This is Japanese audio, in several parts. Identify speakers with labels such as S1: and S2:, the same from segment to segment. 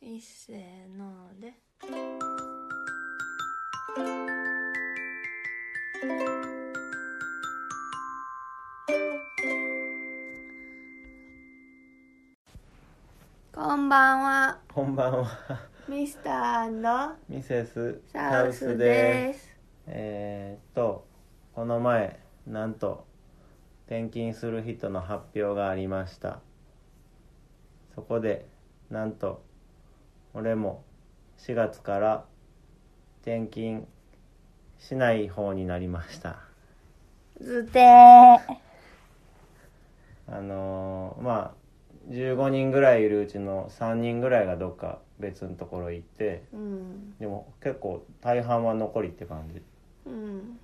S1: いっせーのでこんばんは
S2: こんばんは、
S1: ミスター
S2: ミセス。
S1: サウスですす
S2: えー、っと、この前、なんと、転勤する人の発表がありました。そこで、なんと、俺も4月から転勤しない方になりました。
S1: ずてー
S2: あのーまあ、15人ぐらいいるうちの3人ぐらいがどっか別のところ行って、
S1: うん
S2: でも結構大半は残りって感じ。
S1: うん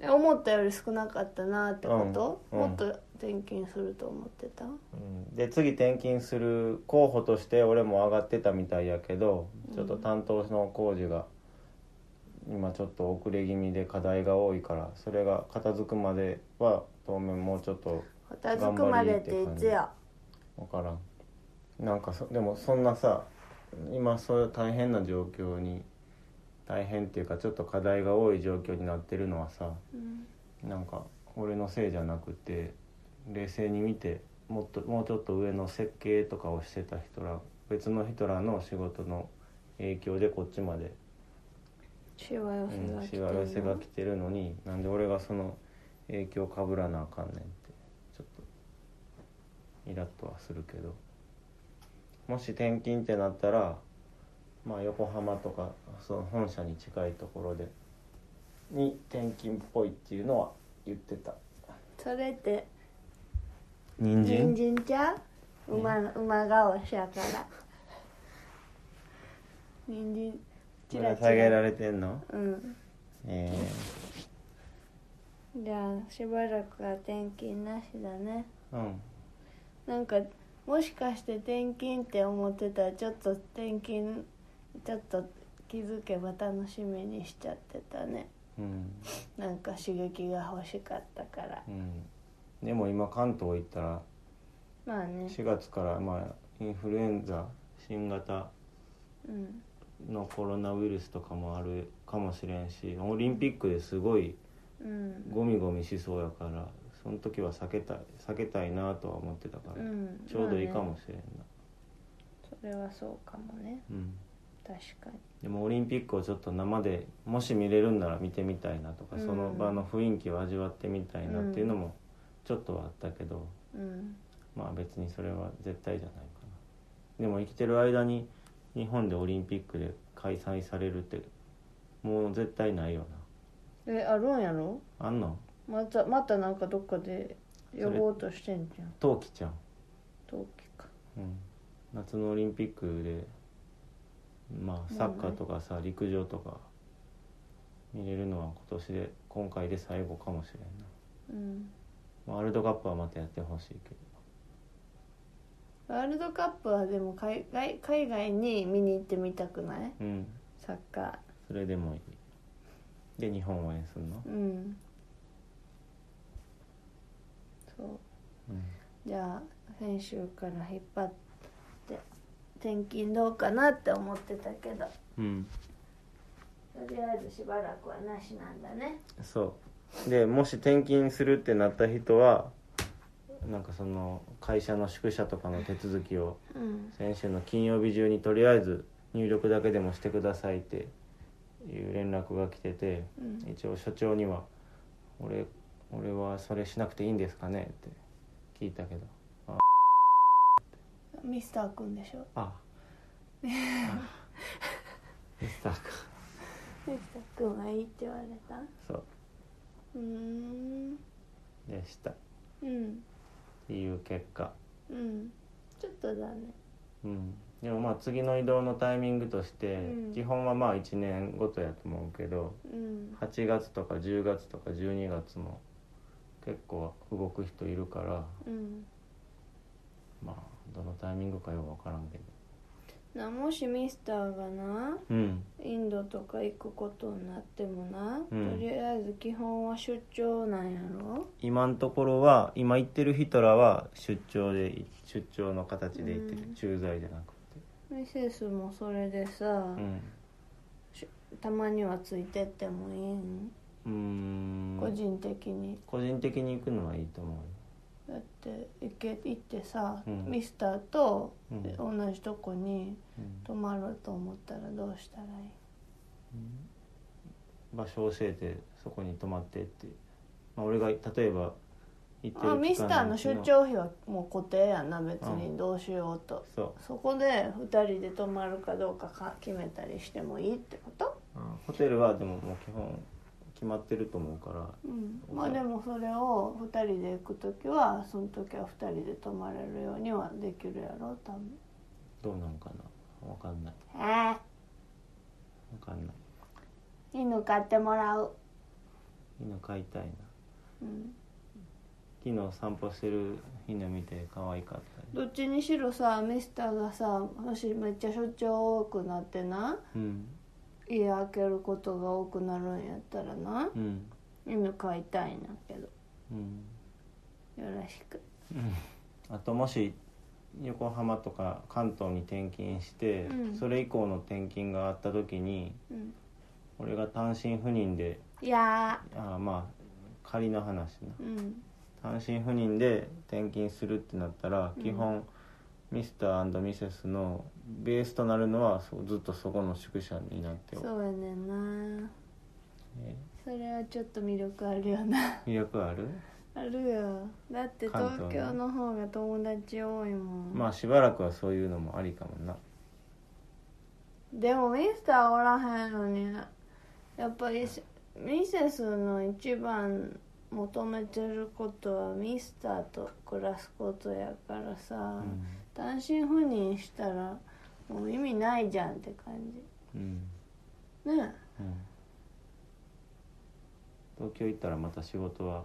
S1: え思ったより少なかったなってこと、
S2: うんうん
S1: もっと転勤すると思ってた
S2: うんで次転勤する候補として俺も上がってたみたいやけど
S1: うん
S2: ちょっと担当の工事が今ちょっと遅れ気味で課題が多いからそれが片付くまでは当面もうちょっと
S1: 片付くまでっていつや
S2: 分からんなんかそでもそんなさ今そういう大変な状況に大変っていうかちょっと課題が多い状況になってるのはさ
S1: うん
S2: なんか俺のせいじゃなくて冷静に見てもっともうちょっと上の設計とかをしてた人ら別の人らの仕事の影響でこっちまで
S1: しわ寄せが
S2: うん
S1: 来て
S2: し
S1: る
S2: わ寄せ
S1: の
S2: が来てるのになんで俺がその影響かぶらなあかんねんってちょっとイラッとはするけどもし転勤ってなったらまあ横浜とかその本社に近いところでに転勤っぽいっていうのは言ってた。
S1: それって
S2: 人
S1: 人
S2: 参
S1: 参ちゃう馬の馬顔しやから人参チ
S2: ぶ
S1: ラ
S2: ら
S1: チ
S2: 下げ
S1: ラ
S2: られてんの
S1: うん
S2: え
S1: じゃあしばらくは転勤なしだね
S2: えうん
S1: なんかもしかして転勤って思ってたらちょっと転勤ちょっと気づけば楽しみにしちゃってたね
S2: うん
S1: なんか刺激が欲しかったから
S2: うんでも今関東行ったら
S1: まあね
S2: 4月からまあインフルエンザ新型
S1: うん
S2: のコロナウイルスとかもあるかもしれんしオリンピックですごい
S1: うん
S2: ゴミゴミしそうやからその時は避けたい避けたいなとは思ってたから、
S1: うん
S2: ちょうどいいかも
S1: まあね
S2: しれん
S1: そ
S2: な、
S1: れはそうかもね
S2: うん
S1: 確かに
S2: でもオリンピックをちょっと生でもし見れるんなら見てみたいなとか、
S1: うん
S2: その場の雰囲気を味わってみたいなっていうのもちょっとはあったけど、
S1: うん
S2: まあ別にそれは絶対じゃないかなでも生きてる間に日本でオリンピックで開催されるってもう絶対ないよ
S1: えあるんやろ
S2: なあんの
S1: またまたなんかどっかで呼ぼうとしてんじゃん
S2: 冬季ちゃん、
S1: 冬季か
S2: うん、夏のオリンピックでまあサッカーとかさ陸上とか見れるのは今年で今回で最後かもしれんな
S1: うん
S2: ワールドカップはまたやってほしいけど
S1: ワールドカップはでも海外海外に見に行ってみたくない
S2: うん
S1: サッカ
S2: それでもいいで日本応援するの
S1: ーうんそう
S2: うん
S1: じゃあ先週から引っ張って転勤どうかなって思ってたけど
S2: うん
S1: とりあえずしばらくはなしなんだね
S2: そうでもし転勤するってなった人はなんかその会社の宿舎とかの手続きを
S1: うん
S2: 先週の金曜日中にとりあえず入力だけでもしてくださいっていう連絡が来てて
S1: うん
S2: 一応所長には「俺俺はそれしなくていいんですかね?」って聞いたけど
S1: ミスターくんでしょ
S2: 「 ああミスターか
S1: ミスターくんがいいって言われた」
S2: そう
S1: うーん
S2: でしたっ
S1: うん
S2: ていう結果
S1: うんちょっとだね
S2: うん、でもまあ次の移動のタイミングとして、
S1: うん
S2: 基本はまあ1年ごとやと思うけど
S1: うん
S2: 8月とか10月とか12月も結構動く人いるから
S1: うん
S2: まあどのタイミングかよく分からんけど
S1: なもしミスターがな
S2: うん
S1: インドとか行くことになってもな、
S2: うん
S1: とりあえず基本は出張なんやろ
S2: 今のところは今行ってる人らは出張で出張の形で行ってる、
S1: うん
S2: 駐在じゃなくて
S1: うミセスもそれでさ、
S2: うん
S1: たまにはついてってもいいん、
S2: うーん
S1: 個人的に
S2: 個人的に行くのはいいと思うよ
S1: だって行け行ってさ、
S2: うん
S1: ミスターと
S2: うん
S1: 同じとこに
S2: うん
S1: 泊まると思ったらどうしたらいい
S2: 場所を教えてそこに泊まってって、まあ、俺が例えば行って
S1: あ
S2: る
S1: ミスターの出張費はもう固定やな別
S2: う
S1: に
S2: ん
S1: どうしようと、
S2: そ
S1: そこで2人で泊まるかどうかか決めたりしてもいいってこと
S2: う、うんホテルはでももう基本決まってると思うから
S1: うん
S2: そう
S1: まあでもそれを2人で行く時はその時は2人で泊まれるようにはできるやろ多分
S2: どうなんかなわかんない
S1: え
S2: わかんない
S1: え犬飼ってもらう
S2: 犬飼いたいな
S1: うん
S2: 昨日散歩してる犬見て可愛かったり
S1: どっちにしろさミスターがさもしめっちゃ所長多くなってな
S2: うん
S1: 家開けることが多くなるんやったらな
S2: うん
S1: 犬飼いたいんだけど
S2: うん
S1: よろしく
S2: あともし横浜とか関東に転勤して、
S1: うん
S2: それ以降の転勤があった時に
S1: うん
S2: 俺が単身赴任で
S1: いや
S2: あまあ仮の話な
S1: ーうん
S2: 単身赴任で転勤するってなったら、
S1: うん
S2: 基本ミスターミセスのベースとなるのはそうずっとそこの宿舎になっておる、
S1: そうやねんな
S2: え
S1: それはちょっと魅力あるよな
S2: 魅力ある、
S1: あるよだって東京の方が友達多いもん、
S2: まあしばらくはそういうのもありかもな
S1: でもミスターおらへんのにやっぱりしミセスの一番求めてることはミスターと暮らすことやからさ、
S2: うん、
S1: 単身赴任したらもう意味ないじゃんって感
S2: うん
S1: じねえ
S2: うん東京行ったらまた仕事は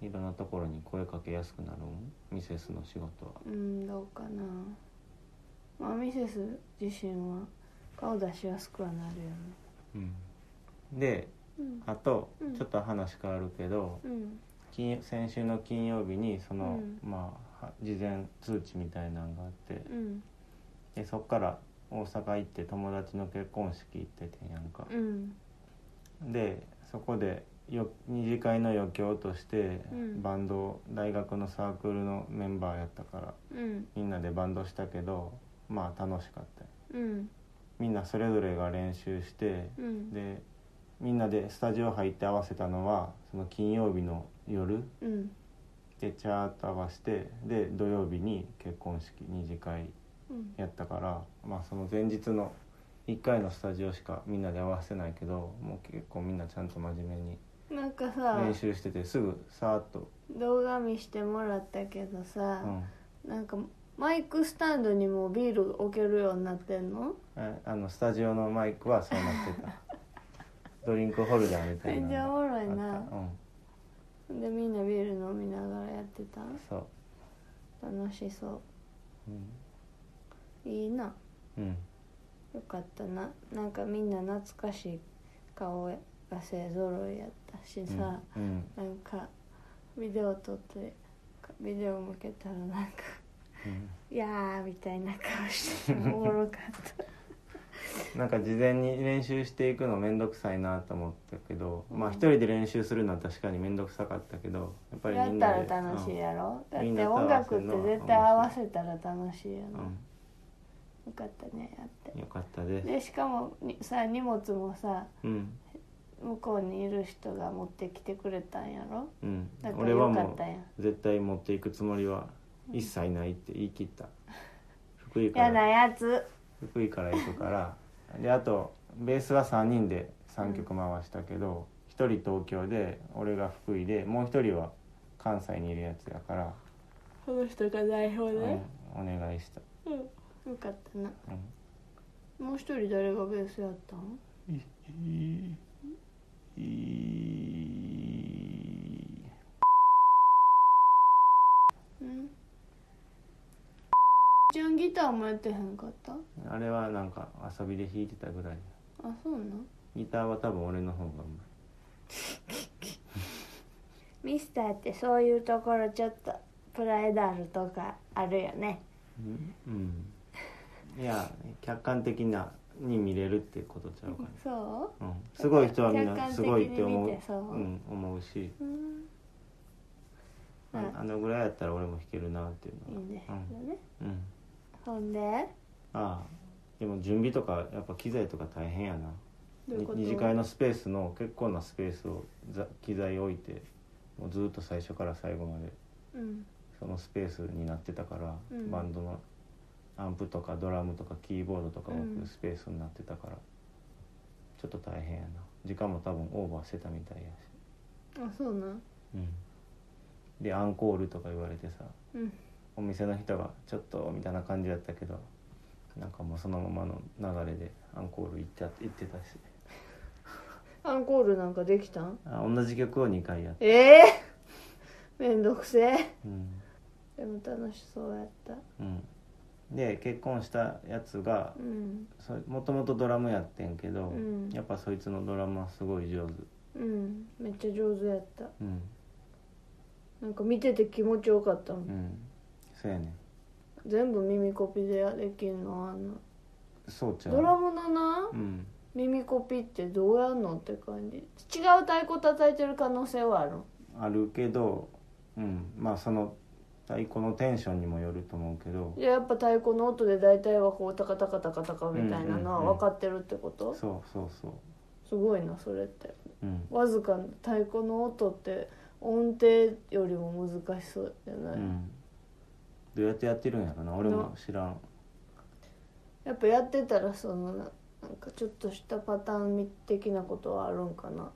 S2: いろんなところに声かけやすくなるんミセスの仕事は
S1: うんどうかなまあミセス自身は顔出しやすくはなるよね
S2: で
S1: うん
S2: あと、
S1: うん
S2: ちょっと話変わるけど
S1: うん
S2: 金先週の金曜日にその、
S1: うん
S2: まあは事前通知みたいなのがあって
S1: うん
S2: でそっから大阪行って友達の結婚式行っててんやんか、
S1: うん
S2: でそこでよ二次会の余興として、
S1: うん
S2: バンドを大学のサークルのメンバーやったから
S1: うん
S2: みんなでバンドしたけどまあ楽しかったよ
S1: うん
S2: みんなそれぞれが練習して、
S1: うん
S2: でみんなでスタジオ入って合わせたのはその金曜日の夜
S1: うん
S2: でチャーッと合わせてで土曜日に結婚式二次会
S1: うん
S2: やったから、まあ、その前日の1回のスタジオしかみんなで合わせないけどもう結構みんなちゃんと真面目に
S1: なんかさ
S2: 練習しててすぐさーっと、
S1: 動画見してもらったけど
S2: う
S1: さ、
S2: ん、
S1: なんかマイクスタンドにもビール置けるようになってんの
S2: ああのスタジオのマイクはそうなってた ドリンクホルダーみたい
S1: め
S2: な
S1: っちゃおもろいな
S2: あったうん
S1: でみんなビール飲みながらやってた
S2: そう
S1: 楽しそ
S2: うん、
S1: ういいな
S2: うん、
S1: よかったななんかみんな懐かしい顔が勢ぞろいやったしさ、
S2: うん
S1: なんかビデオ撮ってビデオ向けたらなんか
S2: うん
S1: 「いやー」みたいな顔してたおもろか った
S2: なんか事前に練習していくのめんどくさいなと思ったけど、まあ一人で練習するのは確かに面倒くさかったけどやっぱり
S1: や
S2: み
S1: っ
S2: ん
S1: た
S2: なで
S1: ら楽しいやろ、だっ
S2: みんな
S1: て
S2: と合
S1: 音
S2: わせ
S1: 楽
S2: る
S1: っ
S2: のは
S1: て絶対合わせたら楽しいよ
S2: う
S1: な、
S2: ん
S1: よかったねやって
S2: うん、よかったです
S1: でしかもにさ荷物もさ
S2: うん
S1: 向こうにいる人が持ってきてくれたんやろ
S2: うん
S1: だから
S2: 俺は
S1: よかっ
S2: も
S1: たやん
S2: う絶対持っていくつもりは一切ないって言い 切った、福井か
S1: 嫌な
S2: ら
S1: やつ
S2: 福井から行くからであとベースは3人で3曲回したけど、一1人東京で俺が福井でもう1人は関西にいるやつだから、
S1: この人が代表で、
S2: うんお願いした、
S1: うん、よかったな
S2: うん
S1: もう一人誰がベースやったのうんちゃんギターもやってへんかった
S2: あれはなんか遊びで弾いてたぐらい
S1: あそうなん
S2: ギターは多分俺の方がう
S1: ミスターってそういうところちょっとプライドあるとかあるよね
S2: まいうん、うんいや客観的なに見れるっていうことちゃうかね、
S1: そ
S2: うん、すごい人はみんな
S1: 客観
S2: す
S1: 的に
S2: ごいって思う
S1: 見てそう
S2: うん、思うし、
S1: ううん
S2: あ
S1: うん
S2: あのぐらいやったら俺も弾けるなっていう
S1: いい
S2: のは、
S1: んですよね、
S2: うんうん、
S1: ほんで
S2: ああでも準備とかやっぱ機材とか大変やな
S1: どういうこと
S2: に二次会のスペースの結構なスペースをざ機材置いてもうずっと最初から最後まで
S1: うん
S2: そのスペースになってたから、
S1: うん
S2: バンドのアンプとかドラムとかキーボードとか置
S1: うん
S2: くスペースになってたから、ちょっと大変やな時間も多分オーバーしてたみたいやし、
S1: あそうなん
S2: うん、でアンコールとか言われてさ
S1: うん
S2: お店の人がちょっとみたいな感じやったけどなんかもうそのままの流れでアンコール行って行ってたし
S1: アンコールなんかできたん
S2: あ同じ曲を2回やって、
S1: ええー、 めんどくせえ
S2: うん
S1: でも楽しそうやった
S2: うん、で結婚したやつが
S1: うん
S2: そもともとドラムやってんけど、
S1: うん
S2: やっぱそいつのドラマすごい上手、
S1: うんめっちゃ上手やった
S2: うん
S1: なんか見てて気持ちよかったもん、
S2: うん、そうやね
S1: 全部耳コピでできんのあんな
S2: そうちゃう
S1: ドラムのな、
S2: うん
S1: 耳コピってどうやんのって感じ違う太鼓叩いてる可能性はある
S2: あるけど、うん、まあその太鼓のテンションにもよると思うけど
S1: じゃあやっぱ太鼓の音で大体はこうタカタカタカタカみたいなの
S2: うんうんう
S1: は
S2: ん
S1: 分かってるってこと、
S2: そうそうそう
S1: すごいなそれって
S2: うん、
S1: わずかな太鼓の音って音程よりも難しそうじゃ
S2: う
S1: ない、
S2: ん、どうやってやってるんやろな俺も知らん
S1: やっぱやってたらそのななんかちょっとしたパターン的なことはあるんかな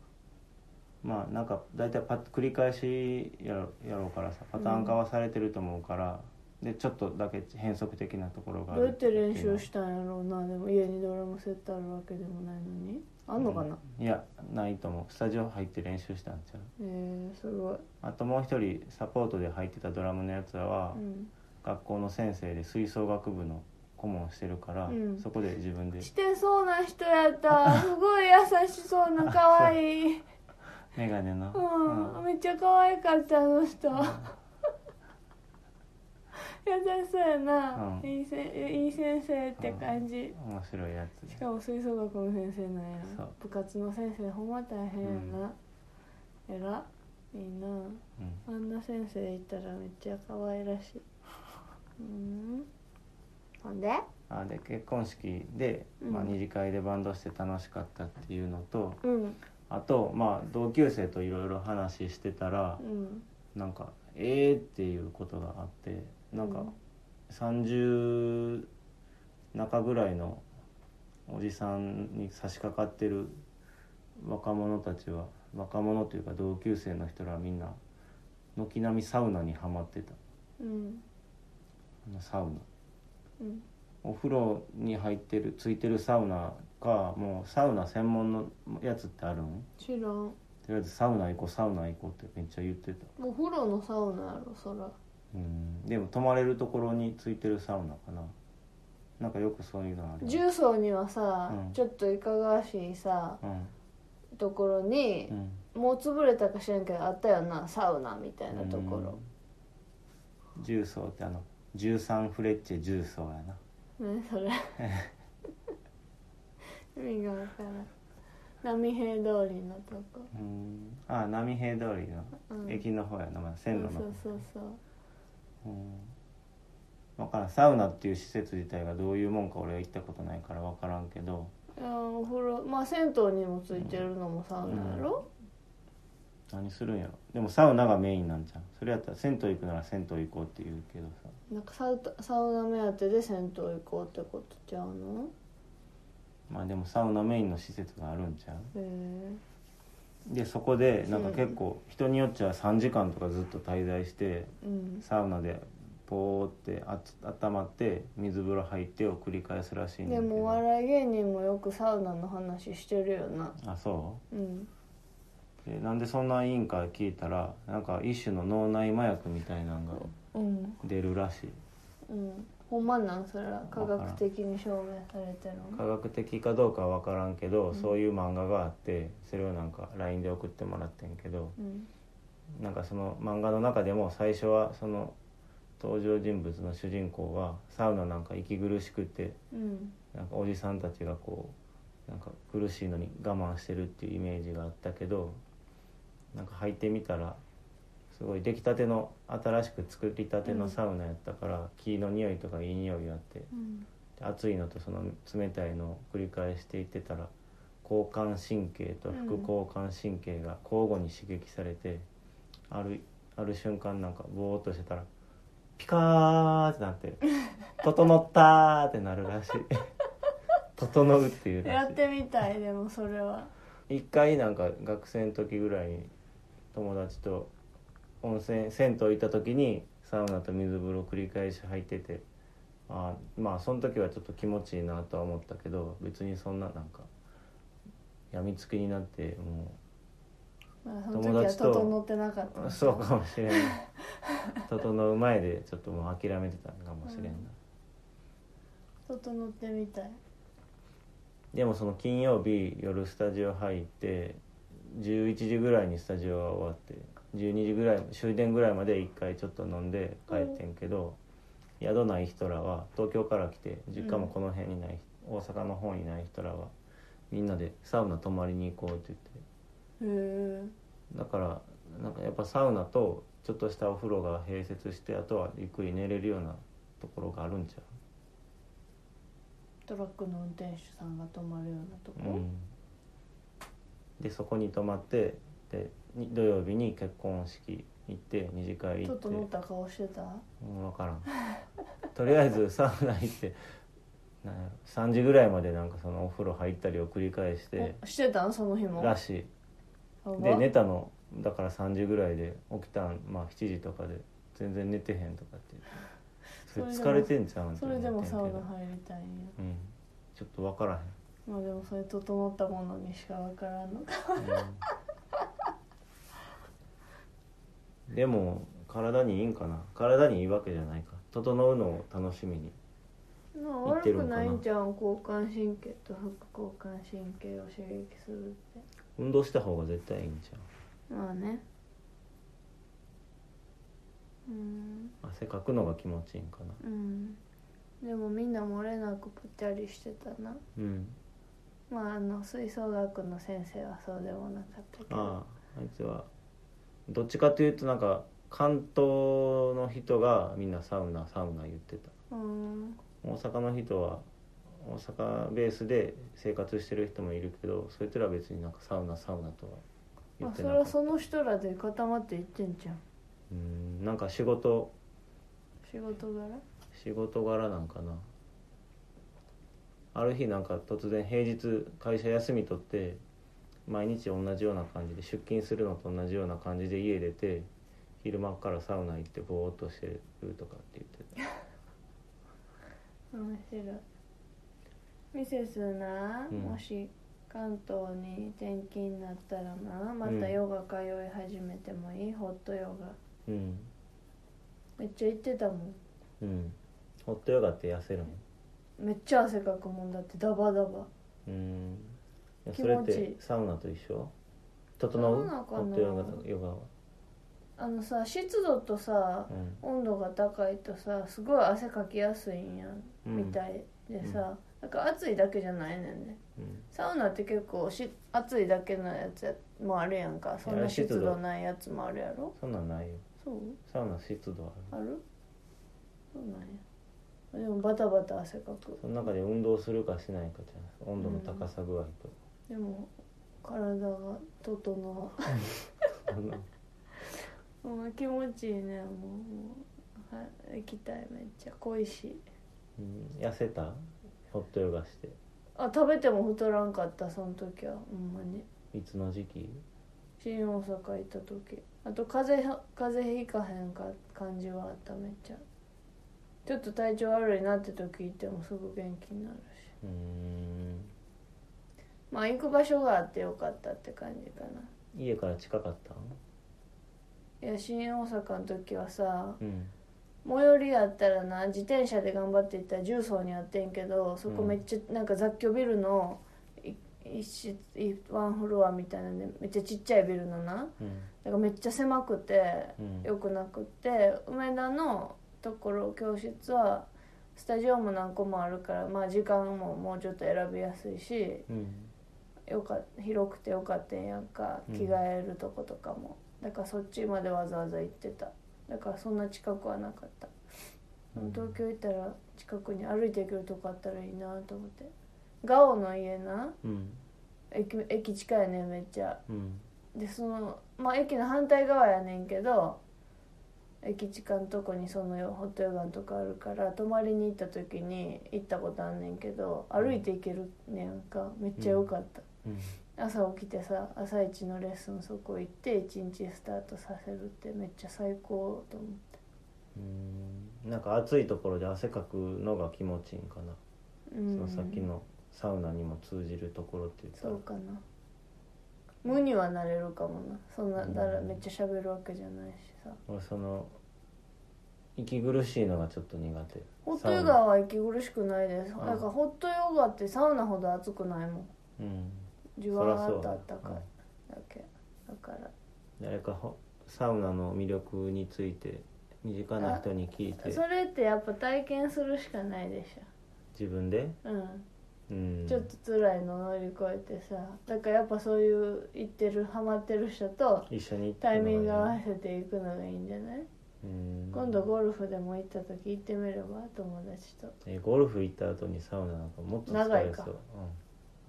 S2: まあなんか大体パッ繰り返しやろやろうからさパターン化はされてると思うから、でちょっとだけ変則的なところがあ
S1: ど
S2: る
S1: うやって練
S2: いうの
S1: 習したんやろうなでも家にドラムセットあるわけでもないのにあんのかな、
S2: うんいやないと思うスタジオ入って練習したんちゃう
S1: えー、すごい、
S2: あともう一人サポートで入ってたドラムのやつらは、
S1: うん、
S2: 学校の先生で吹奏楽部の顧問をしてるから、
S1: うん
S2: そこで自分で
S1: してそうな人や ったすごい優しそうな可愛い
S2: 眼鏡の、
S1: うん、めっちゃ可愛かったあの人 優しそうやな、
S2: うん
S1: いいせいい先生って感じ、
S2: うん面白いやつ
S1: し
S2: で
S1: かも吹奏楽の先生なんや
S2: そう
S1: 部活の先生ほんま大変やな、えらいいな
S2: うん
S1: あんな先生いたらめっちゃ可愛らしいうんほんで
S2: あで結婚式で、まあ、
S1: うん
S2: 二次会でバンドして楽しかったっていうのと、
S1: うん
S2: あとまあ同級生といろいろ話してたら
S1: う、ん
S2: なんか「ええー」っていうことがあってなん
S1: う
S2: か
S1: ん
S2: 30中ぐらいのおじさんに差し掛かってる若者たちは若者というか同級生の人らはみんな軒並みサウナにはまってた
S1: うん
S2: あのサウナ
S1: うん
S2: お風呂に入ってるついてるサウナかもうサウナ専門のやつってあるん
S1: 知らん
S2: とりあえずサウナ行こうサウナ行こうってめっちゃ言ってた
S1: お風呂のサウナやろそら
S2: うんでも泊まれるところについてるサウナかななんかよくそういうのある
S1: 重曹にはさ、
S2: うん
S1: ちょっといかがわしいさ
S2: うん
S1: ところに
S2: う、ん
S1: もう潰れたか知らんけどあったよなサウナみたいなところ、
S2: うん重曹ってあの13フレッチェ重曹やな
S1: ね それ意味が分からん波平通りのとこ、
S2: うんあ波平通りの
S1: うん、
S2: 駅の方やな、まあ、
S1: そう
S2: 線路
S1: そ
S2: の
S1: うそうそう
S2: うん分からんサウナっていう施設自体がどういうもんか俺は行ったことないから分からんけど
S1: いやお風呂まあ銭湯にもついてるのもサウナやろ、
S2: 何するんやろでもサウナがメインなんじゃんそれやったら銭湯行くなら銭湯行こうって言うけどさ
S1: なんかサウサウナ目当てで銭湯行こうってことちゃうの
S2: まあでもサウナメインの施設があるんちゃう
S1: へえ
S2: でそこでなんか結構人によっちゃ3時間とかずっと滞在して
S1: うん
S2: サウナでポーってあつ温まって水風呂入ってを繰り返すらしいんだ
S1: で
S2: けど
S1: もお笑い芸人もよくサウナの話してるよな
S2: あそ
S1: うん
S2: うでなんでそんないいんか聞いたらなんか一種の脳内麻薬みたいなんが
S1: うん
S2: 出るらしい
S1: うんほんまなんそれは科学的に証明されてる
S2: 科
S1: の
S2: 学的かどうかは分からんけど、
S1: うん
S2: そういう漫画があってそれをなんか LINE で送ってもらってんけど
S1: うん
S2: なんかその漫画の中でも最初はその登場人物の主人公がサウナなんか息苦しくて
S1: うん
S2: なんかおじさんたちがこうなんか苦しいのに我慢してるっていうイメージがあったけどなんか履いてみたらすごい出来たての新しく作りたてのサウナやったから、木の匂いとかいい匂いがあって
S1: うん
S2: で暑いのとその冷たいのを繰り返していってたら交感神経と副交感神経が交互に刺激されて、あるある瞬間なんかボーっとしてたらピカーってな って「整った!」ってなるらしい 「整う」っていう
S1: や
S2: らし
S1: ってみたいでもそれはい
S2: 一回なんか学生の時ぐらいに友達と温泉銭湯行った時にサウナと水風呂繰り返し入っててあーまあその時はちょっと気持ちいいなとは思ったけど別にそんななんか病みつきになってもう
S1: まあその時は整ってなかった
S2: そうかもしれない整う前でちょっともう諦めてたんかもしれんな、
S1: うん整ってみたい
S2: でもその金曜日夜スタジオ入って11時ぐらいにスタジオが終わって12時ぐらい終電ぐらいまで一回ちょっと飲んで帰ってんけど、宿ない人らは東京から来て実家もこの辺にない、大阪の方にない人らはみんなでサウナ泊まりに行こうって言って
S1: へえ
S2: だからなんかやっぱサウナとちょっとしたお風呂が併設してあとはゆっくり寝れるようなところがあるんちゃ
S1: トラックの運転手さんが泊まるようなと
S2: う、
S1: こ、
S2: うん、でそこに泊まってでに土曜日に結婚式行って二次会行って
S1: 整った顔してた
S2: もう分からん とりあえずサウナ行ってなんやろ3時ぐらいまでなんかそのお風呂入ったりを繰り返して
S1: おしてたんその日も
S2: らしい
S1: やば
S2: で寝たのだから3時ぐらいで起きたんまあ7時とかで全然寝てへんとかって 言ってそれ疲れてんちゃうん
S1: それでもサウナ
S2: と思って
S1: 入りたいんや
S2: んけどうんちょっと分からへん
S1: まあでもそれ整ったものにしかわからんの か
S2: うんでも体にいいんかな体にいいわけじゃないか整うのを楽しみに
S1: まあ
S2: 言って
S1: 悪
S2: る
S1: く
S2: んか
S1: な
S2: な
S1: いんじゃん交感神経と副交感神経を刺激するって
S2: 運動した方が絶対いいんじ
S1: まあねうん
S2: ゃん汗かくのが気持ちいいんかな
S1: うんでもみんな漏れなくぽっちゃりしてたな
S2: うん
S1: まああの吹奏楽の先生はそうでもなかったけど
S2: あああいつはどっちかというとなんか関東の人がみんなサウナサウナ言ってた
S1: うん
S2: 大阪の人は大阪ベースで生活してる人もいるけどそいつらは別になんかサウナサウナとは
S1: ま
S2: 言っ
S1: あ
S2: て
S1: そ
S2: な
S1: れ
S2: か
S1: は
S2: った
S1: その人らで固まっていってんじゃん
S2: うんなんか仕事
S1: 仕事柄
S2: 仕事柄なんかなある日なんか突然平日会社休み取って毎日同じような感じで出勤するのと同じような感じで家出て昼間からサウナ行ってぼーっとしてるとかって言って
S1: 面白いミセスな、
S2: うん
S1: もし関東に転勤になったらなまたヨガ通い始めてもいい、ホットヨガ
S2: たうん
S1: めっちゃ行ってたもん
S2: うんホットヨガって痩せるの
S1: めっちゃ汗かくもんだってダバダバ
S2: うんいや
S1: 気
S2: それっ
S1: 持ちいい
S2: てサウナと一緒整う
S1: そうなのか
S2: ホ
S1: な
S2: ットヨガとヨガは
S1: あのさ湿度とさ
S2: うん
S1: 温度が高いとさすごい汗かきやすいんやん、
S2: うん
S1: みたいでさ、なんか暑いだけじゃないねんね
S2: うん
S1: サウナって結構し暑いだけのやつもあるやんかそんな湿
S2: 湿度
S1: 度ないやつもあるやろ
S2: そんなんないよ
S1: そう
S2: サウナ湿度ある
S1: あるそうなんやでもバタバタ汗かく
S2: その中で運動するかしないかじゃん温度の高さ具合と、
S1: でも体が整
S2: あの
S1: うもう気持ちいいねもうもうは行きたいめっちゃ濃いし
S2: うん痩せたホットヨガして
S1: あ食べても太らんかったその時はほんまに
S2: いつの時期
S1: 新大阪行った時あと風邪は風邪ひかへんか感じはあっためっちゃちょっと体調悪いなって時行ってもすぐ元気になるし
S2: うーん
S1: まあ行く場所があってよかったって感じかな
S2: 家から近かったん
S1: いや新大阪の時はさ
S2: うん
S1: 最寄りやったらな自転車で頑張って行ったら重曹にあってんけどそこ
S2: うん
S1: めっちゃなんか雑居ビルのい一室いワンフロアみたいなんでめっちゃちっちゃいビルのな
S2: うん
S1: だからめっちゃ狭くて
S2: うん
S1: よくなくって梅田のところ教室はスタジオも何個もあるからまあ時間ももうちょっと選びやすいし
S2: うん
S1: よか広くてよかったんやんか
S2: うん
S1: 着替えるとことかも、だからそっちまでわざわざ行ってただからそんな近くはなかった
S2: うん
S1: 東京行ったら近くに歩いて行けるとこあったらいいなと思ってガオの家な
S2: うん
S1: 駅駅近いよねめっちゃ
S2: うん
S1: でそのまあ駅の反対側やねんけど駅近のとこにそのホットヨガのとかあるから泊まりに行った時に行ったことあんねんけど歩いて行けるねんかめっちゃ良かった、
S2: うん
S1: 朝起きてさ朝一のレッスンそこ行って一日スタートさせるってめっちゃ最高と思って
S2: うんなんか暑いところで汗かくのが気持ちいいんかな、
S1: うん
S2: そのさっきのサウナにも通じるところって言った
S1: そ
S2: ら
S1: うかな無にはなれるかもなそんな
S2: うん
S1: だからめっちゃ喋るわけじゃないしさ
S2: 俺その息苦しいのがちょっと苦手
S1: ホットヨガは息苦しくないですだからホットヨガってサウナほど熱くないもん
S2: うん
S1: じゅわーっとあ
S2: だ
S1: ったかいだけだから
S2: 誰かほサウナの魅力について身近な人に聞いて
S1: それってやっぱ体験するしかないでし
S2: 自分で、
S1: ょうん
S2: うん、
S1: ちょっと辛いの乗り越えてさだからやっぱそういう行ってるハマってる人と
S2: 一緒に行った
S1: タイミング合
S2: が
S1: わせていくのがいいんじゃない
S2: うん
S1: 今度ゴルフでも行った時行ってみれば友達と
S2: えゴルフ行った後にサウナなんかもっと疲れそう
S1: 長いか
S2: うん、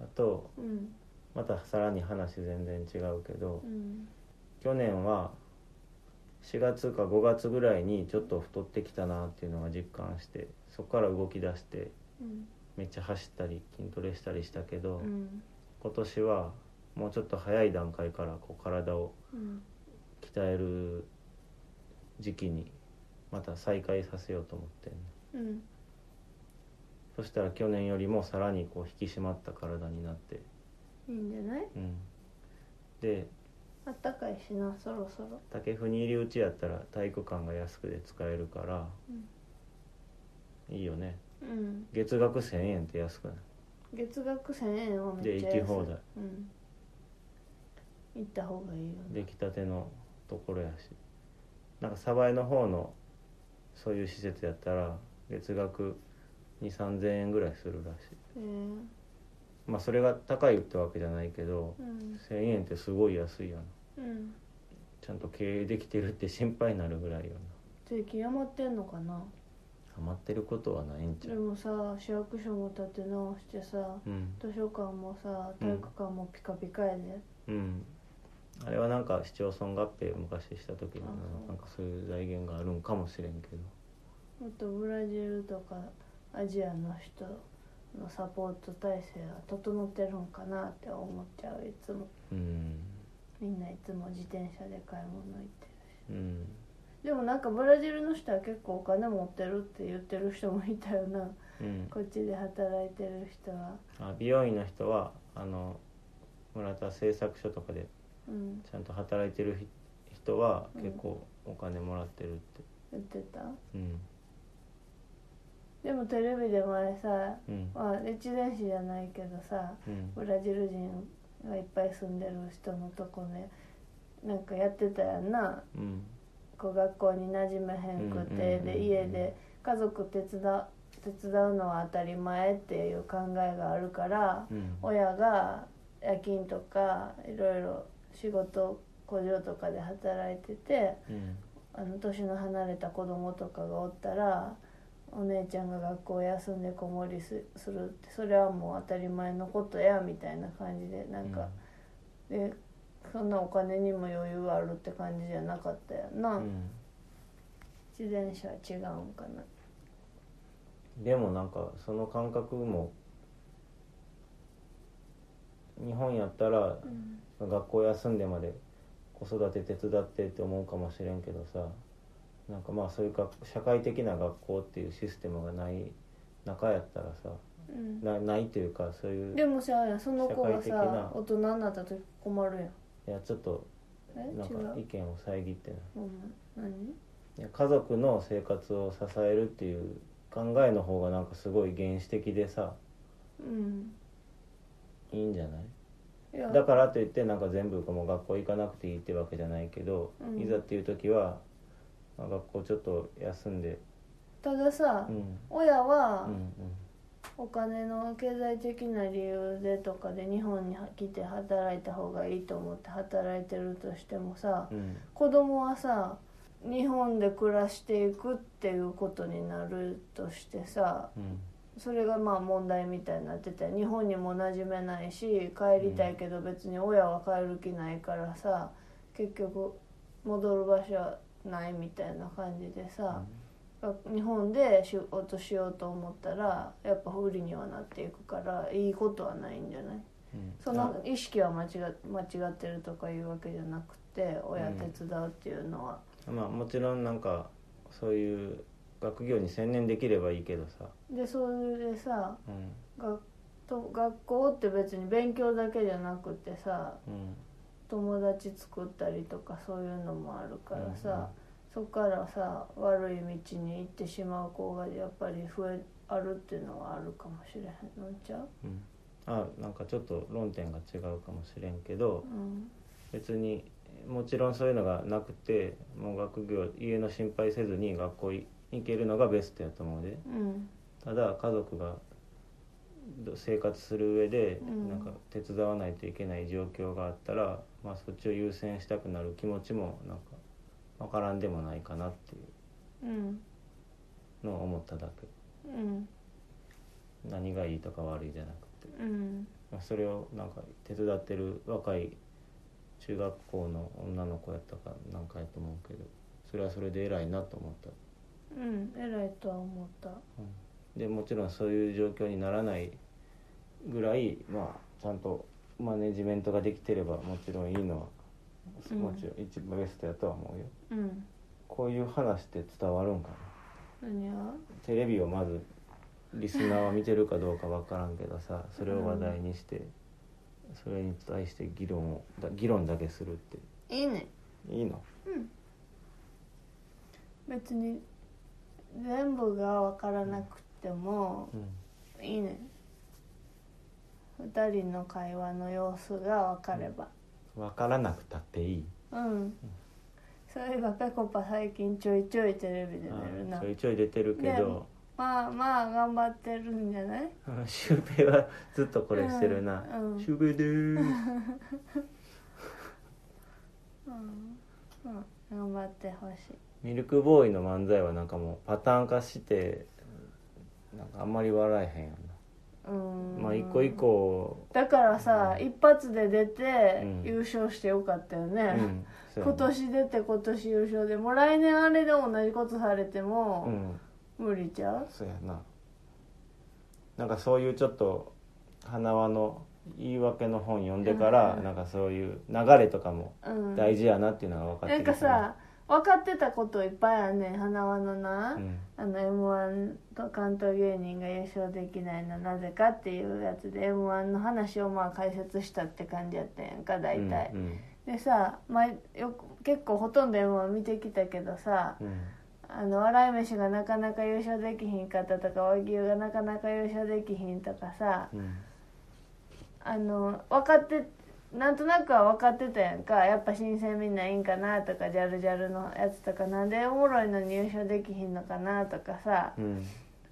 S2: あと
S1: うん
S2: またさらに話全然違うけど、
S1: うん
S2: 去年は4月か5月ぐらいにちょっと太ってきたなっていうのが実感してそこから動き出して
S1: うん
S2: めっちゃ走ったり筋トレしたりしたけど、
S1: うん
S2: 今年はもうちょっと早い段階からこう体を
S1: うん
S2: 鍛える時期にまた再開させようと思ってんの
S1: うん
S2: そしたら去年よりもさらにこう引き締まった体になって、
S1: いいんじゃない
S2: うん、で
S1: あったかいしなそろそろ
S2: 竹踏に入り口やったら体育館が安くて使えるから
S1: うん、
S2: いいよね
S1: うん、
S2: 月額1000円って安くない
S1: 月額1000円はめっちゃ安い
S2: で行き放題
S1: うん行った方がいいよね
S2: 出来たてのところやしなんか鯖江の方のそういう施設やったら月額2 3 0 0円ぐらいするらし
S1: え
S2: いまあそれが高いってわけじゃないけど
S1: うん
S2: 1000円ってすごい安いよな
S1: うん
S2: ちゃんと経営できてるって心配になるぐらいよな
S1: 税金余ってんのかな
S2: ハマってることはないんち
S1: で
S2: ゃう
S1: もさ市役所も建て直してさ
S2: うん
S1: 図書館もさ体育館もピカピカやで、
S2: うんあれはなんか市町村合併昔した時にな
S1: あそう
S2: なんかそういう財源があるんかもしれんけど
S1: もっとブラジルとかアジアの人のサポート体制は整ってるんかなって思っちゃういつも
S2: うん
S1: みんないつも自転車で買い物行ってる
S2: うん
S1: でもなんかブラジルの人は結構お金持ってるって言ってる人もいたよな
S2: うん
S1: こっちで働いてる人は
S2: あ美容院の人はあの村田製作所とかで
S1: うん
S2: ちゃんと働いてるひ人は結構お金もらってるって
S1: 言ってた
S2: うん
S1: でもテレビで前さ
S2: うん
S1: まあ越前市じゃないけどさ
S2: うん
S1: ブラジル人がいっぱい住んでる人のとこねなんかやってたやんな
S2: うん
S1: こう学校に馴染めへんくて、
S2: うんうんうんうん
S1: で家で家族手伝う手伝うのは当たり前っていう考えがあるから、
S2: うん
S1: 親が夜勤とかいろいろ仕事工場とかで働いてて
S2: うん
S1: あの年の離れた子供とかがおったらお姉ちゃんが学校休んで子守りすするってそれはもう当たり前のことやみたいな感じでなんか、でそんなお金にも余裕あるって感じじゃなかったやんな。
S2: うん
S1: 自転車は違うんかな
S2: でもなんかその感覚も日本やったら
S1: うん
S2: 学校休んでまで子育て手伝ってって思うかもしれんけどさなんかまあそういうか社会的な学校っていうシステムがない中やったらさなないというかそういう
S1: でもさその子が
S2: 社会的な
S1: さ大人になった時困るやん
S2: いやちょっと
S1: え
S2: なん
S1: 違
S2: か意
S1: う
S2: 見を遮ってない
S1: うん何
S2: いや家族の生活を支えるっていう考えの方がなんかすごい原始的でさ
S1: うん
S2: いいんじゃない
S1: いや
S2: だからといってなんか全部もう学校行かなくていいってわけじゃないけど、
S1: うん
S2: いざっていう時は、まあ学校ちょっと休んで
S1: たださ、
S2: うん
S1: 親は
S2: うん
S1: お金の経済的な理由でとかで日本に来て働いた方がいいと思って働いてるとしてもさ、
S2: うんうん
S1: 子供はさ日本で暮らしていくっていうことになるとしてさ
S2: うん
S1: それがまあ問題みたいになってて日本にも馴染めないし帰りたいけど別に親は帰る気ないからさ結局戻る場所はないみたいな感じでさ、日本で仕事しようと思ったらやっぱ不利にはなっていくからいいことはないんじゃない
S2: うん
S1: その意識は間違間違ってるとかいうわけじゃなくて親手伝うっていうのは、
S2: まあもちろんなんかそういう学業に専念できればいいけどさ、
S1: でそれでさ
S2: うん
S1: がと学校って別に勉強だけじゃなくてさ
S2: うん
S1: 友達作ったりとかそういうのもあるからさ、そこからさ悪い道に行ってしまう子がやっぱり増えあるっていうのはあるかもしれへんのんちゃう、
S2: うん、あなんかちょっと論点が違うかもしれんけ
S1: う
S2: ど
S1: ん
S2: 別にもちろんそういうのがなくてもう学業家の心配せずに学校い行けるのがベストやと思うで
S1: うん
S2: ただ家族がど生活する上で
S1: うん
S2: なんか手伝わないといけない状況があったら、まあ、そっちを優先したくなる気持ちもなんか分からんでもないかなってい
S1: うん
S2: うのを思っただけ
S1: うん
S2: 何がいいとか悪いじゃなくて、
S1: うん
S2: まあ、それをなんか手伝ってる若い中学校の女の子やったかなんかやと思うけどそれはそれで偉いなと思った、
S1: うん偉いとは思った
S2: うんでもちろんそういう状況にならないぐらいまあちゃんとマネジメントができてればもちろんいいの
S1: う
S2: は、
S1: ん
S2: もちろん一番ベストやとは思うよ
S1: うん
S2: こういう話って伝わるんかな
S1: 何が
S2: テレビをまずリスナーは見てるかどうか分からんけどさそれを話題にして、それに対して議論をだ議論だけするって
S1: いいね
S2: いいの
S1: うん別に全部が分からなくても
S2: うん
S1: いいね二人の会話の様子が分かれば
S2: 分からなくたっていい
S1: うん、そういえばペコパ最近ちょいちょいテレビで出る
S2: あ
S1: な
S2: ーちょいちょい出てるけど、
S1: まあまあ頑張ってるんじゃない
S2: うんシュウペイはずっとこれしてるな
S1: うんうん
S2: シュウペイでーす
S1: うん、うん、頑張ってほしい
S2: ミルクボーイの漫才はなんかもうパターン化してなんかあんまり笑えへんよ
S1: うん
S2: なまあ一個一個
S1: だからさ、一発で出て
S2: うん
S1: 優勝してよかったよ
S2: う
S1: ね、
S2: んそうや
S1: 今
S2: な
S1: 年出て今年優勝でもう来年あれで同じことされて
S2: う
S1: も、
S2: ん
S1: 無理ちゃう
S2: そうやななんかそういうちょっと花輪の言い訳の本読んでからなんかそういう流れとかも
S1: うん
S2: 大事やなっていうのが分かっ
S1: な
S2: て
S1: ん
S2: きた
S1: かさ分かってたこといっぱいあんねん花輪のな、
S2: うん
S1: あの m 1と関東芸人が優勝できないのはなぜかっていうやつで m 1の話をまあ解説したって感じやったやんか大体、
S2: うん
S1: でさ、まあ、よく結構ほとんど m 1見てきたけどさ、
S2: うん
S1: あの笑い飯がなかなか優勝できひんかったとか和牛がなかなか優勝できひんとかさ
S2: うん
S1: あの分かってなんとなくは分かってたやんかやっぱ新鮮みんないいんかなとかジャルジャルのやつとかなんでおもろいのに優勝できひんのかなとかさ
S2: うん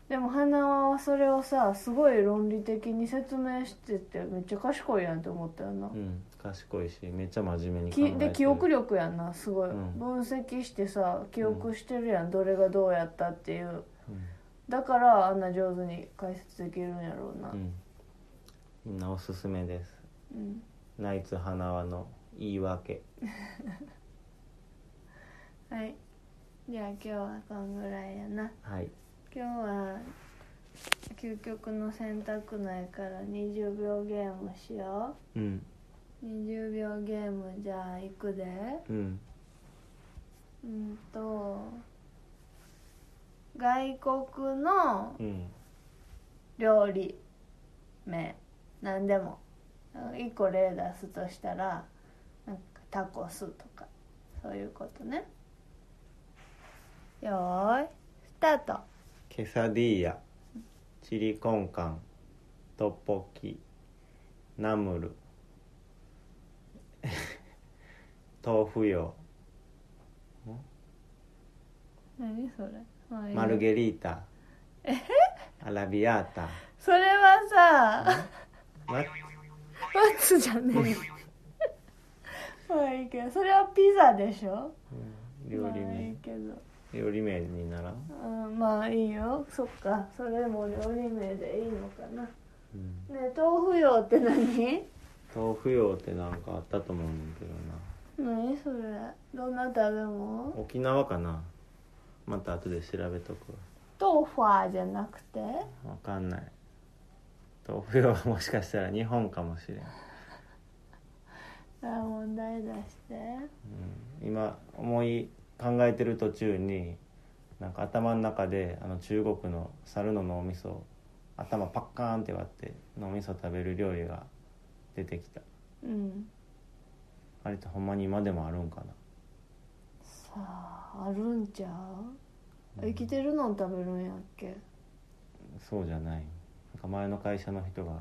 S1: でも花輪はそれをさすごい論理的に説明しててめっちゃ賢いやんって思ったよな
S2: う、ん賢いしめっちゃ真面目に考え
S1: き
S2: てる
S1: で記憶力やんなすごい、
S2: うん
S1: 分析してさ記憶してるやんどれがどうやったっていう。
S2: うん
S1: だからあんな上手に解説できるんやろうな
S2: うんみんなおすすめです
S1: うん、
S2: ナイツ花輪の言い訳
S1: はいじゃあ今日はこんぐらいやな
S2: はい
S1: 今日は究極の選択内から20秒ゲームしよ
S2: うん
S1: う20秒ゲームじゃあいくで
S2: うん
S1: うんと外国の
S2: うん
S1: 料理名何でも1個例出すとしたらなんかタコスとかそういうことねよーいスタート
S2: ケサディーヤチリコンカントッポッキナムル 豆腐よ
S1: 何それはい
S2: マルゲリータアラビアータ
S1: それはさ
S2: な
S1: 松じゃねえよまあいいけどそれはピザでしょ
S2: うん料理
S1: まあいい
S2: 名
S1: けど
S2: 料理名にならん、
S1: うんまあいいよそっかそれも料理名でいいのかなね
S2: うん、
S1: え豆腐用って何
S2: 豆腐用ってなんかあったと思うんだけどな
S1: 何それどんな食べ物
S2: 沖縄かなまた後で調べとく
S1: 豆腐ァーじゃなくて
S2: わわかんない豆腐用はもしかしたら日本かもしれん、うん
S1: あ問題出して
S2: 今思い考えてる途中になんか頭の中であの中国の猿の脳みそを頭パッカーンって割って脳みそ食べる料理が出てきた
S1: うん
S2: あれってほんまに今でもあるんかな
S1: さああるんちゃう生きてるのを食べるんやっけ
S2: そうじゃないなんか前の会社の人がい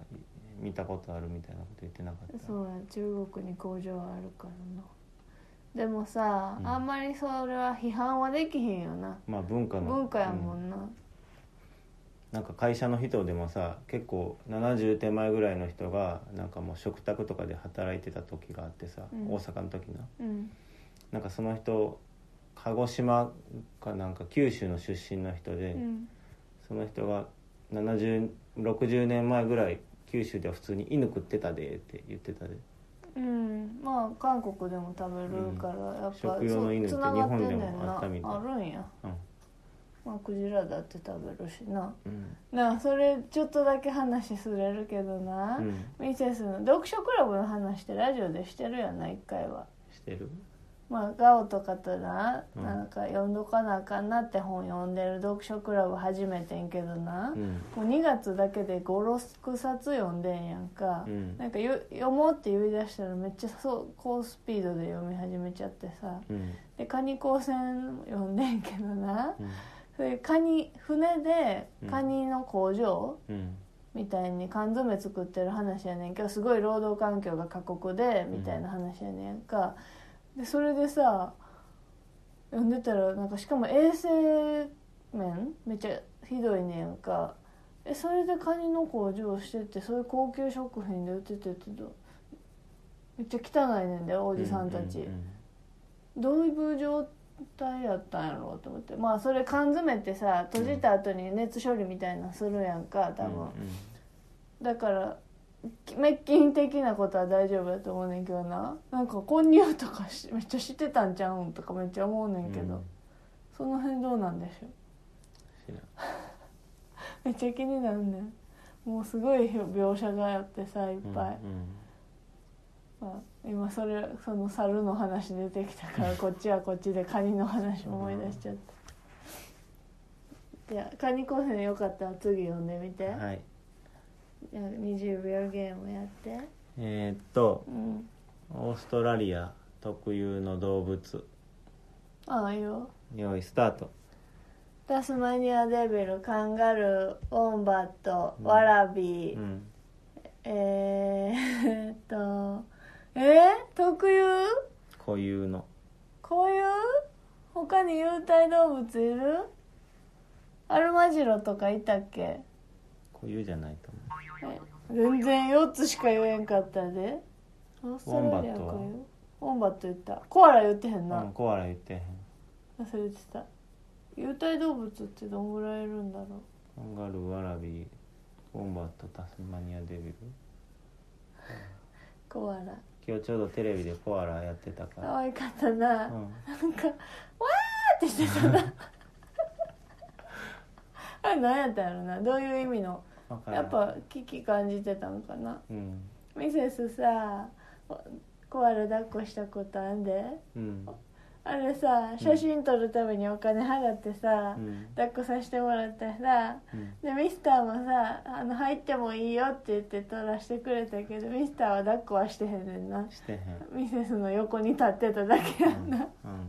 S2: 見たことあるみたいなこと言ってなかった
S1: そうや中国に工場あるからなでもさ、
S2: うん
S1: あんまりそれは批判はできへんよな
S2: まあ文化の
S1: 文化やも
S2: うん
S1: な、
S2: なんか会社の人でもさ結構70手前ぐらいの人がなんかもう食卓とかで働いてた時があってさ、
S1: うん
S2: 大阪の時な
S1: うん
S2: なんかその人鹿児島かなんか九州の出身の人で、
S1: うん
S2: その人が7060年前ぐらい九州では普通に犬食ってたでって言ってたで
S1: うん、まあ韓国でも食べるからやっぱ
S2: 食用の犬って
S1: そう繋が
S2: 日本でも
S1: てんねん
S2: あったみたい
S1: あるんや、
S2: うん、
S1: まあ、クジラだって食べるしな
S2: うん
S1: なあそれちょっとだけ話すれるけどな、
S2: うん、
S1: ミセスの読書クラブの話ってラジオでしてるよな一回は
S2: してる
S1: まあガオとかとな、
S2: うん
S1: なんか読んどかなあかんなって本読んでる読書クラブ初めてんけどな
S2: う、ん
S1: もう2月だけで56冊読んでんやんか、
S2: うん
S1: なんかよ読もうって言い出したらめっちゃそう高スピードで読み始めちゃってさ
S2: うん
S1: でカニ光線読んでんけどな
S2: うん
S1: それカニ船で
S2: うん
S1: カニの工場、
S2: うん
S1: みたいに缶詰作ってる話やねんけどすごい労働環境が過酷でみたいな話やねんか、でそれでさ読んでたらなんかしかも衛生面めっちゃひどいねやんかえそれでカニの工場をしててそういう高級食品で売っててってどめっちゃ汚いねんでおじさんたち、
S2: うんうん
S1: どういう状態やったんやろうと思ってまあそれ缶詰ってさ閉じた後に熱処理みたいなのするやんか多分。だから滅菌的なことは大丈夫だと思うねんけどななんか混入とかしめっちゃしてたんちゃうんとかめっちゃ思う
S2: う
S1: ね
S2: んうん
S1: んけど、
S2: うん
S1: その辺どうなんでしょう
S2: 知らん
S1: めっちゃ気になるねんもうすごい描写があってさいっぱい、まあ、今それその猿の話出てきた からこっちはこっちでカニの話思い出しちゃった、いやカニ高専よかったら次読んでみて、
S2: うんうんはい
S1: じゃあ20秒ゲームやって
S2: えーっと
S1: うん
S2: オーストラリア特有の動物
S1: ああいいよ
S2: 用意スタート
S1: タスマニアデビルカンガルーウォンバット
S2: うん
S1: ワラビー、
S2: うん
S1: えーえっとえー、特有
S2: 固有の
S1: こういう他に有袋動物いるアルマジロとかいたっけ
S2: 固有じゃないと思
S1: え全然4つしか言えんかったでオーストラリア
S2: ウォンバットは
S1: こういうウォンバット言ったコアラ言ってへん
S2: う、
S1: な、
S2: うん、コアラ言ってへん
S1: 忘れてた有袋動物ってどんぐらいいるんだろう
S2: カンガルーワラビーウォンバットタスマニアデビル
S1: コアラ
S2: 今日ちょうどテレビでコアラやってたか
S1: 可愛かったな、
S2: ら、うん、
S1: なんか「わー!」ってしてたな あれ何やったんやろなどういう意味の
S2: わから
S1: や
S2: ん
S1: っぱ危機感じてたんかな
S2: うん
S1: ミセスさおコアラ抱っこしたことあんで
S2: うん
S1: あれさ写真撮るためにお金払ってさ、
S2: うん
S1: 抱っこさせてもらったらさ
S2: うん
S1: でミスターもさあの入ってもいいよって言って撮らしてくれたけどミスターは抱っこはしてへんねんな
S2: してへん
S1: ミセスの横に立ってただけやんな、
S2: うんうん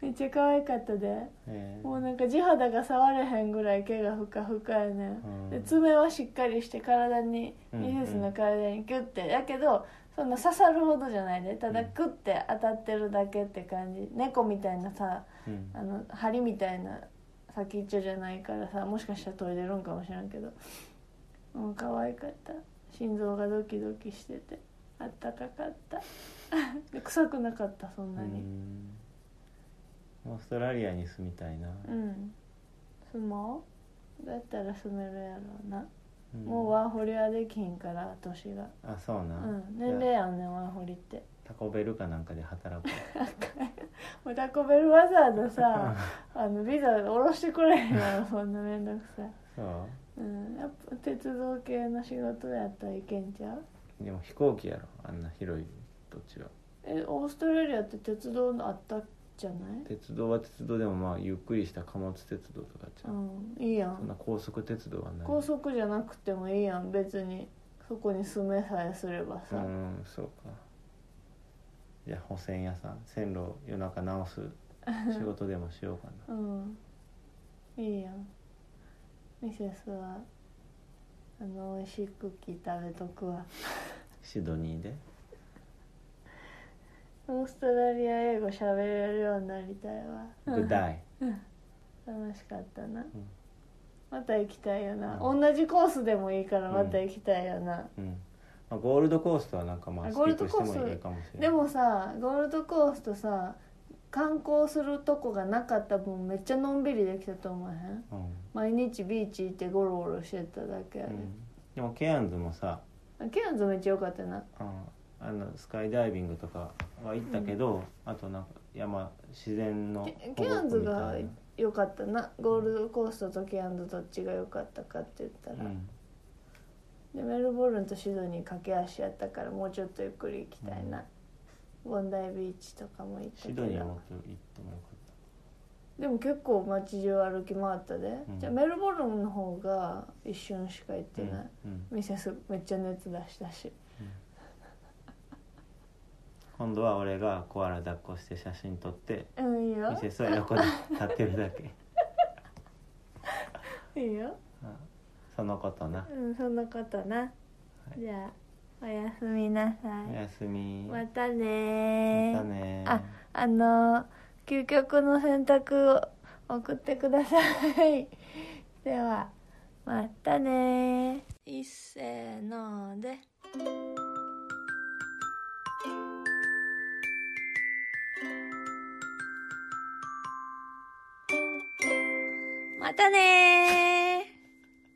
S1: めっちゃ可愛かったで
S2: えー
S1: もうなんか地肌が触れへんぐらい毛がふかふかやね、
S2: うん
S1: ん、で爪はしっかりして体に
S2: うん
S1: ミセスの体にギュッてやけどそんな刺さるほどじゃないでただクッて当たってるだけって感じ、猫みたいなさ
S2: うん
S1: あの針みたいな先っちょじゃないからさもしかしたら研いでるんかもしれんけどうん可愛かった心臓がドキドキしててあったかかった で臭くなかったそんな
S2: う
S1: に
S2: んオーストラリアに住みたいな、
S1: うん、住もうだったら住めるやろうな、
S2: うん
S1: もうワーホリはできひんから年が
S2: あそうな、
S1: うん
S2: じゃあ
S1: 年齢やんねんワーホリって
S2: タコベルかなんかで働く
S1: もうタコベルわざわざ さあのビザ下ろしてくれへんやろそんな面倒くさい
S2: そ
S1: うん、やっぱ鉄道系の仕事やったらいけんちゃう
S2: うでも飛行機やろあんな広い土地は
S1: えオーストラリアって鉄道のあったじゃない
S2: 鉄道は鉄道でもまあゆっくりした貨物鉄道とかじゃ、
S1: うんんいいや
S2: そん
S1: ん
S2: な高速鉄道はない
S1: 高速じゃなくてもいいやん別にそこに住めさえすれば
S2: う
S1: さ、
S2: んそうかじゃあ保線屋さん線路夜中直 す仕事でもしようかな
S1: うんいいやんミセスはあの美味しいクッキー食べとくわ
S2: シドニーで
S1: オーストラリア英語喋れるようになりたいわ
S2: グダイ
S1: 楽しかったな、
S2: ん
S1: また行きたいよな、
S2: う
S1: 同じコースでもいいからまた行きたいよな、
S2: うん、まあ、ゴールドコーストはなんかまあ
S1: あ
S2: スキ
S1: ゴール
S2: ッ
S1: ド
S2: プ
S1: コー
S2: し
S1: ス
S2: てもいいかもしれない
S1: でもさゴールドコーストさ観光するとこがなかった分めっちゃのんびりできたと思わへん
S2: うん、
S1: 毎日ビーチ行ってゴロゴロしてただけや
S2: う
S1: で、
S2: ん、でもケアンズもさ
S1: あケアンズめっちゃ良かったな
S2: うんあのスカイダイビングとかは行ったけど、あとなんか山自然の
S1: ケケアンズ
S2: 保護
S1: が
S2: 区み
S1: 良かったなゴールドコーストとケアンズどっちが良かったかって言った
S2: たい
S1: ら、
S2: なうん
S1: でメルボルンとシドニー駆け足やったからもうちょっとゆっくり行きたいな、ボンダイビーチとかも行ったけ
S2: シドニーはもっ
S1: ど
S2: と行ってもよかっ
S1: でも結構街中歩き回ったで、
S2: うん
S1: じゃあメルボルンの方が一瞬しか行ったてない、
S2: うんうん
S1: ミセスめっちゃ熱出したし
S2: 今度は俺がコアラ抱っこして写真撮って
S1: うんいい
S2: ミ
S1: よ
S2: セスは横で立ってるだけ
S1: いいよ
S2: うんそのこと な
S1: うんそんなことな、
S2: い
S1: じゃあおやすみなさ
S2: お
S1: い
S2: やすみ
S1: ま
S2: ま
S1: たねー
S2: たね
S1: ああの究極の選択を送ってください ではまたねーいっせーのでまたねー